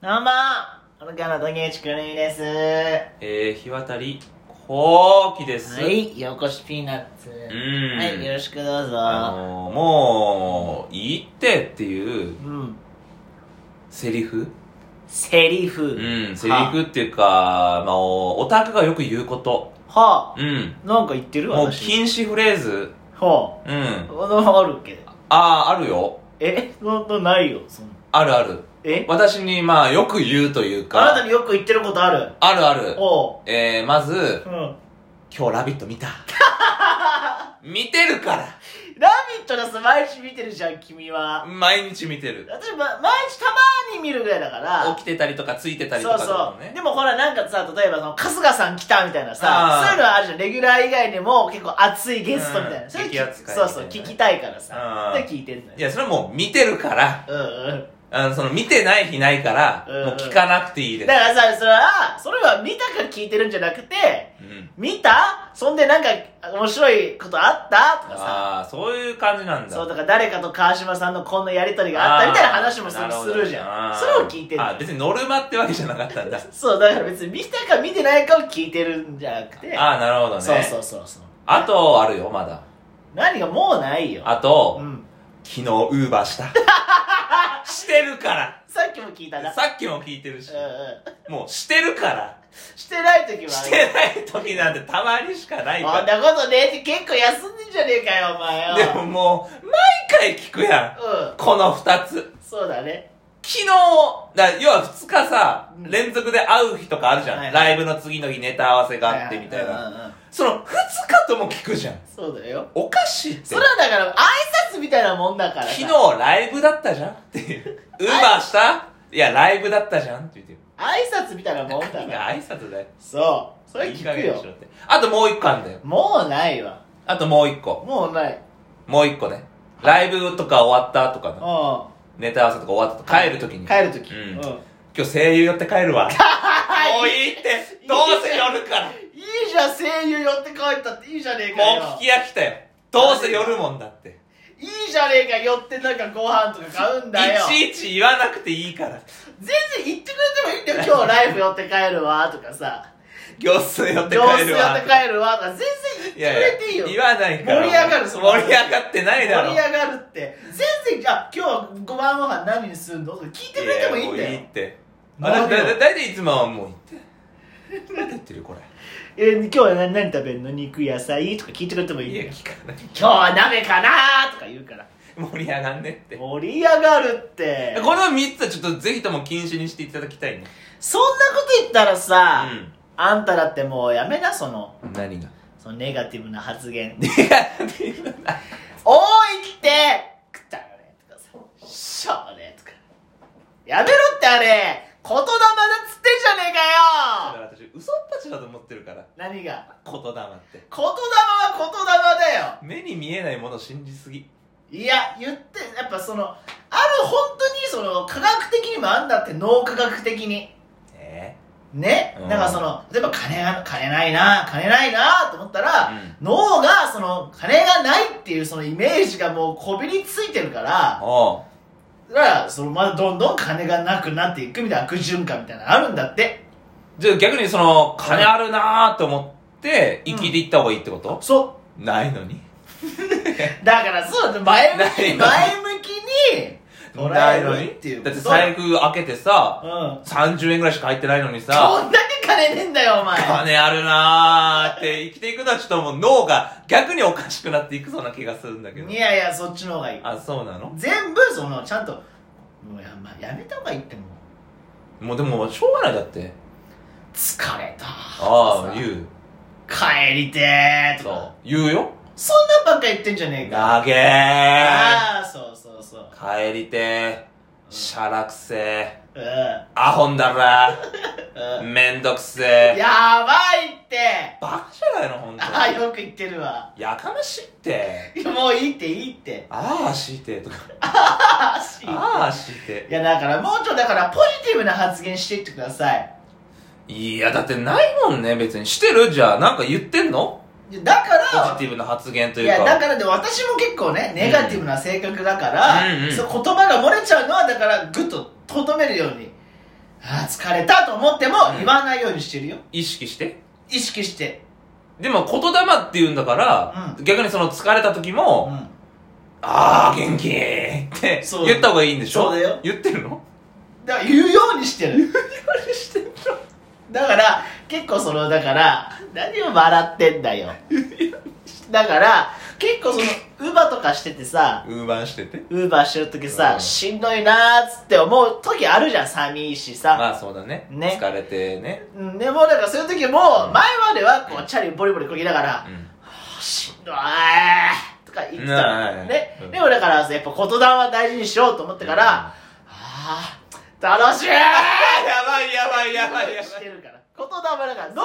どうもこの間の竹内くるみです。はえー、日渡り、こうきです。い、ようこしピーナッツ。うーん。はい、よろしくどうあぞ。のー、もう、いいってっていううん。セリフセリフ。うん、セリフっていうか、まあ、おオタクがよく言うこと。はうん。あ、なんか言ってるもう私。禁止フレーズ。はうあ、ん。ああるけど。あー、あるよ。え、そんなないよ、そんな。あるある。え私に、まあ、よく言うというあなか、たによく言ってることあるあるある。おう。えー、まずう、ん。ラ今日ラビット 見た。見てるからビットのさ、毎日見てるじゃん、君は。毎日見てる。私、ま、毎日たまーに見るぐらいだから。起きてたりとか、ついてたりとそかうだそもんうねでもほらなんかさ例えばその春日さん来たみたいなあさーそういうのはあるじゃんレギュラー以外にも結構熱いゲストみたいな、うんそれ聞激熱会みたそいうなそう聞きたいからさうんで聞いてんのよいや、それはもう見てるから、うんうんあの、その見てない日ないから、うんうんもう聞かなくていいでだすか。らさそれはそれは見たから聞いてるんじゃなくてうん。見たそんでなんか面白いことあったとかさああ、そういう感じなんだ。そうとか誰かと川島さんのこんなやりとりがあったみたいな話もすあーなほるどするじゃあんーそれを聞いてるあ、別にノルマってわけじゃなかったんだ。そうだから別に見たか見てないかを聞いてるんじゃなくてああ、なるほどね。そうそうそうそうあと、あるよ、まだ。何がもうないよあと、うん昨日、ウーバ ーした。してるから。さっきも聞いたな。さっきも聞いてるしうん。うん。もう、してるから。してない時もあしる。てない時なんてたまにしかないそんかなことねえって結構休んでんじゃねえかよ、お前ら。よ。でももう、毎回聞くやん。うこの二つ。ん。そうだね。昨日、だ要は2日さう、ん連続で会う日とかあるじゃん。はいはいライブの次の日ネタ合わせがあってみたいな。うんうんうんその2日とも聞くじゃん。そうだよ。おかしいっそ。てれはだから、挨拶みたいなもんだからさ。昨日ライブだったじゃんっ ていう。ウーバーしたいや、ライブだったじゃんって言ってる。挨拶みたいなもんだか何ら。が挨拶だよ。そう。それいい加聞く減にしよ。ろって。あともう1個あんだよ。もうないわ。あともう1個。もうない。もう1個ね。ライブとか終わったとかうな。ん。ネタ合わせとか終わったとか帰るときに。帰るとき。うんうん。今日声優寄って帰るわ。もういいって。どうせ寄るから。いいじゃん、声優寄って帰ったっていいじゃねえかよ。もう聞き飽きたよ。どうせ寄るもんだって。いいじゃねえか、寄ってなんかご飯とか買うんだよ。いちいち言わなくていいから。全然言ってくれてもいいんだよ 今日ライブ寄って帰るわとかさ行数寄って様子帰寄るわ。って帰るわとか全然い言っやてくれていいいや、よ言わないから。盛り上がるそ盛のり上がってないだろ。盛り上がるって全然あ今日はご晩ご飯何にするのとか聞いてくれてもいいんだやもういよいって。なる私、よだだだいたいいつもはもう言って。何やってるよこれ。えー今日は何何食べるの肉野菜とか聞いてくれてもいいんいや、だよ聞かない。今日は鍋かなとか言うから盛り上がんねって。こ盛り上がるっての3つはちょっとぜひとも禁止にしていただきたいね。そんなこと言ったらさ、うあんただってもうやめなそのん。何 がそのネガティブな発言いやっていうのなおいってくだらねえとかさ、しょうねえとか。やめろってあれ言霊だっつってんじゃねえだかからよ私、嘘っぱちだと思ってるから。何が言霊って。言霊は言霊だよ目に見えないもの信じすぎ。いや、言って、やっぱその、ある本当にその、科学的にもあんだって、脳科学的に。えね、うんなんかその、例えば金が、金ないな、金ないなと思ったら、うん脳がその、金がないっていうそのイメージがもうこびりついてるから、おうだからそのまだどんどん金がなくなっていくみたいな悪循環みたいなのあるんだってじゃあ逆にその、金あるなーと思って、生きていった方がいいってこと、そないのに。うだからそう前向きにない前向きにないの捉えにるっていうこだとって財布開けてさ、うんど30円ぐらいしか入ってないのにさ、んだけ金ねえんだよお前金あるなーって生きていくのはちょっともう脳が逆におかしくなっていくそうな気がするんだけどい。やいやそっちの方がいいあ、そうなの全部そのちゃんともうや,、まあ、やめた方がいいってもうもうでも、しょうがないだって。疲れたああ、う言う。帰りてーとそかう。言うよ。そんなんばっか言ってんじゃねえかなげーああそうそうそう帰りてー。しゃらくせうんー。アホんだらうー。んめんどくせー。やばいってバカじゃないの、ほんとに。ああよく言ってるわやかましいって。いや もういいっていいってああ、しいて。とか。ああしいああ、しいて。いやだからもうちょっとだからポジティブな発言していってくださいいや、だってないもんね、別に。してるじゃあ、なんか言ってんのいやだかポジらティブな発言といいうか。やだからで私も結構ねネガティブな性格だから、うんうんうんそう言葉が漏れちゃうのはだからグッととどめるようにあー疲れたと思っても言わないようにしてるよ。意識して。意識して。でも、言霊って言うんだから、う逆にその疲れた時も、うん。あー、元気ってそう言った方がいいんでしそょうだよ言ってるのだから言うようにしてる。言うようにしてるだから、結構その、だから、何を笑ってんだよ。だから、結構その、ウーバーとかしててさ、ウーバーしてて。ウーバーしてるときうさ、んしんどいなーっつって思う時あるじゃん、寂いしさ。まあそうだね。ね疲れてね。うんでも、だからそういう時も、前まではこう、チャリボリボリこぎながらう、ん。しんどいとか言ってたうのんねうん。でもだから、やっぱ言霊は大事にしようと思ってから、ああー、楽しいやばいやばいやばいやしばてい。るから言霊だから脳が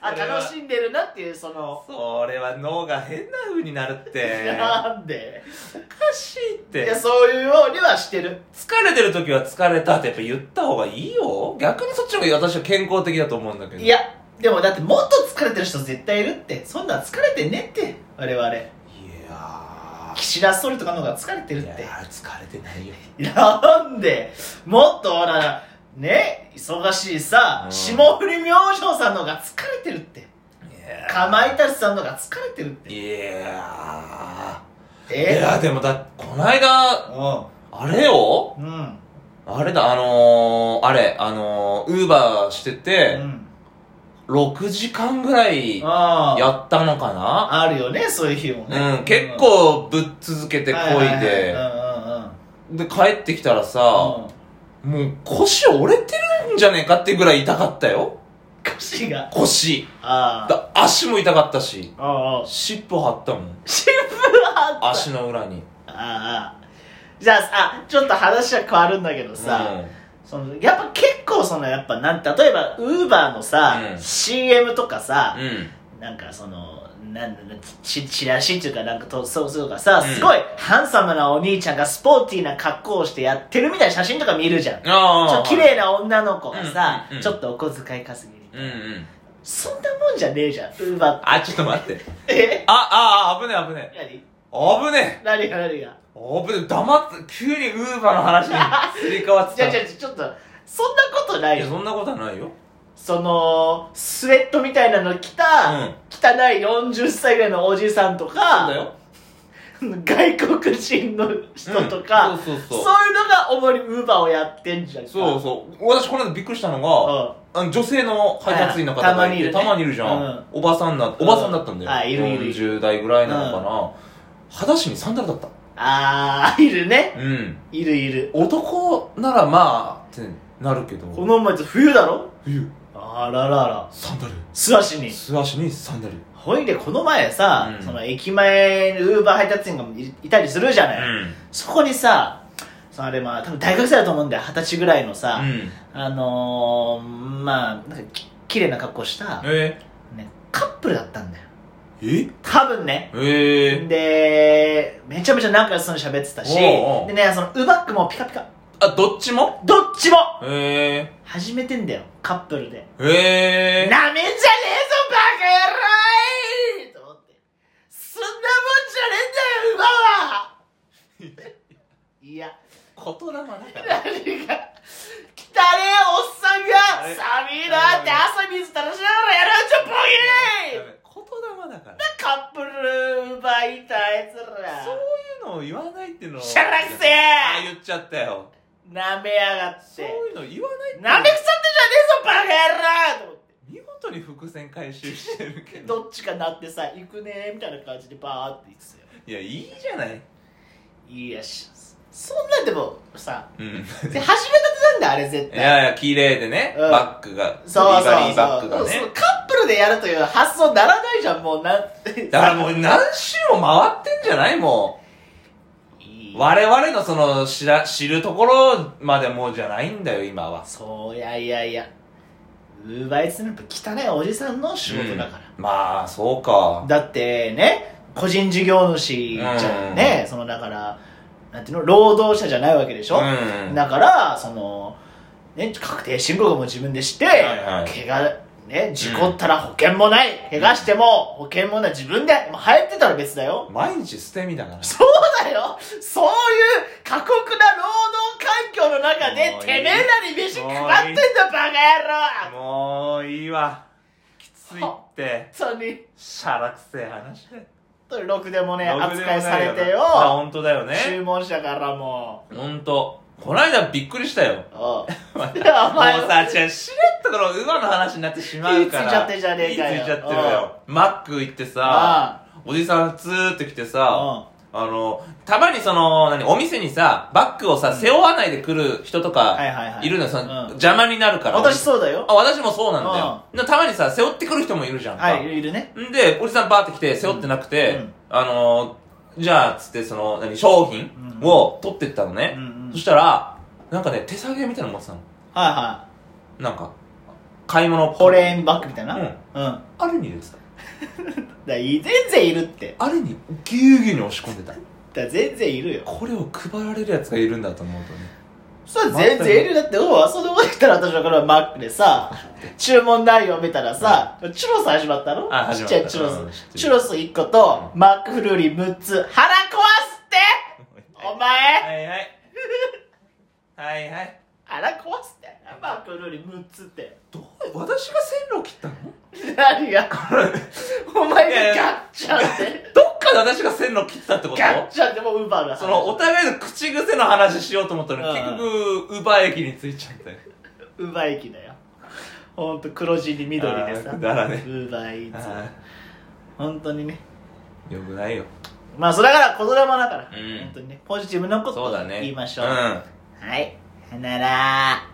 あそれは楽しんでるなっていうそのそれは脳が変な風になるって。なんで おかしいっいてや。そういうようにはしてる疲れてる時は疲れたってやっぱ言った方がいいよ。逆にそっちの方が私は健康的だと思うんだけど。い。やでもだってもっと疲れてる人絶対いるってそんなん疲れてねって我々いや岸田総理とかの方が疲れてー。るいっやてー疲れてない よ。なんでもっとほらね忙しいさうん霜降り明星さんの方が疲れてるっていやーかまいたちさんの方が疲れてるっていやー。いえやーでもだ、こないだ、あれようんうんあれだ、あのー、あれ、あのー、ウーバーしてうて、ん6時間ぐらいやああったのかなあるよねそういう日もねうん、結構ぶっ続けてこはいはで、で、帰ってきたらさ、はうんうんうんうんもう腰折れてるんじゃねえかってぐらい痛かったよ。腰が腰。ああだ足も痛かったし、ああ尻尾張ったもん。新聞あった足の裏に。ああじゃあさちょっと話は変わるんだけどさ、うんそのやっぱ結構そのやっぱなん例えばウーバーのさ、うん CM とかさ、うん。なんかそのなんなんちチラシっていうかなんかとそうそうかさ、うんすごいハンサムなお兄ちゃんがスポーティーな格好をしてやってるみたいな写真とか見るじゃんちああ。ょっと綺麗な女の子がさ、うんうんうんちょっとお小遣い稼ぎに、うんうん。そんなもんじゃねえじゃんウーバーってあ、ちょっと待って。えあ、ああ、危ねえ危ねえ。何危ねえ何が何が危ねえ。黙って、急にウーバーの話にすり替わってじゃた。あじゃあいちょっとそんなことないや、よそんなことはないよ。そのスウェットみたいなの着た、うん汚い40歳ぐらいのおじさんとかそうだよ。外国人の人とか、うんそうそうそうそいう。うのが主にウーバーをやってんじゃんかそうそう。私、この間びっくりしたのが、あの女性の配達員の方がいて、はいはいたまにいるねたまにいるじゃん。うんおばさんな、おばさんだったんだよ。あいるいるいる40代ぐらいなのかな。裸足にサンダルだった。ああいるねうん。いるいる男ならまあ、ってなるけど。この前冬だろ冬、あらららサンダル。素足に素足にサンダル。ほいでこの前さ、うんその駅前にウーバー配達員がいいたりするじゃない、ん。そこにさ、そのあれまあ、多分大学生だと思うんだよ、二十歳ぐらいのさ、うん。あのー、まあ、なんかき、綺麗な格好した、えね、カップルだったんだよ。え多分ね。ええで、めちゃめちゃ仲良さそうに喋ってたし、おうおうでね、その、ウバックもピカピカ。あ、どっちもどっちもえ始めてんだよ、カップルで。えええなめんじゃねえぞ、バカ野郎いと思って。そんなもんじゃねえんだよ、ウバは いや。言霊だから。何が汚ねえおっさんが寒いなって朝水垂らしながらやるんじゃボギー言霊だから。カップル奪いたあいつらそういうのを言わないっていうのをしゃらくせえあ、言っちゃったよ。なめやがっそうていうの言わないっていうのなめ腐ってんじゃねえぞバカ野郎と思って見事に伏線回収してるけ どど。っちかなってさ行くねみたいな感じでバーって行くすよいや、いいじゃない。いやしそんなんでもさうん。で始めたてなんだあれ絶い対やいや、綺麗でね、うんバッグが、そうそうデリバリそうーバッグがねそう。カップルでやるという発想ならないじゃんもうなんだからもう何周も回ってんじゃないも。いうい我々のその知ら、知るところまでもうじゃないんだよ、今は。そういやいやいやウーバーイーツなんて汚いおじさんの仕事だから、うんまあ、そうか。だってね個人事業主じゃんね、そのだからなんていうの労働者じゃないわけでしょ、うん。だからそのね確定申告も自分でして、いはい怪我ね、事故ったら保険もない、怪我しても保険もない自分でもう流行ってたら別だよ毎日捨て身だからそうだよそういう過酷な労働環境の中でもういていめえらに飯かかってんだバカ野郎もういいわきついって本当にしゃらくせえ話で本当にろくでもねろくでも扱ないされてよあ本当だよね注文者からも本当こないだびっくりしたよおう おもう前さ違うしれっとこの馬の話になってしまうから火ついちゃってんじゃねえかよ火ついちゃってるよマック行ってさあおじさんツーって来てあさあのたまにその何お店にさバッグをさ背負わないで来る人はいとかはいはいいるのよそうんの邪魔になるから私そうだよあ私もそうなんだよでたまにさ背負ってくる人もいるじゃんかはいいるねんで、おじさんバーって来て、背負ってなくて、うんあのー、じゃあ、つって、その、何、商品うんを取ってったのね。うんうんそしたら、なんかね、手提げみたいなの持ってたの。はいはなんか、買い物い保冷バッグみたいなううんん、だかあれに入れてた。らい全然いるってあれに、ぎゅうぎゅうに押し込んでた。だから全然いるよこれを配られるやつがいるんだと思うとね。それ全然いるよだっておうそんなこと言ったら私のこれはマックで さ注文内容見たらさ、チュロス始まったのあ始まっちたっちゃいチュうロん知っスてるチュロス1個と、うマックフルーリー6つ腹壊すってお前はいはい。はいはい。腹壊すってマックフルーリー6つってどう、私が線路を切った の何がお前がガッチャンってどっかで私が線路を切った ってことガッチャンってもうウーバーだその、お互いの口癖の話しようと思ったら、うん結局、ウバー駅に着いちゃったよ。ウーバー駅だよほんと黒字に緑でさあウーだらねーバーイーツあ本当にねーよくないよ。まあそれだから子供だから、うん本当にねポジティブなことそうだをね。言いましょううん。はいさよなら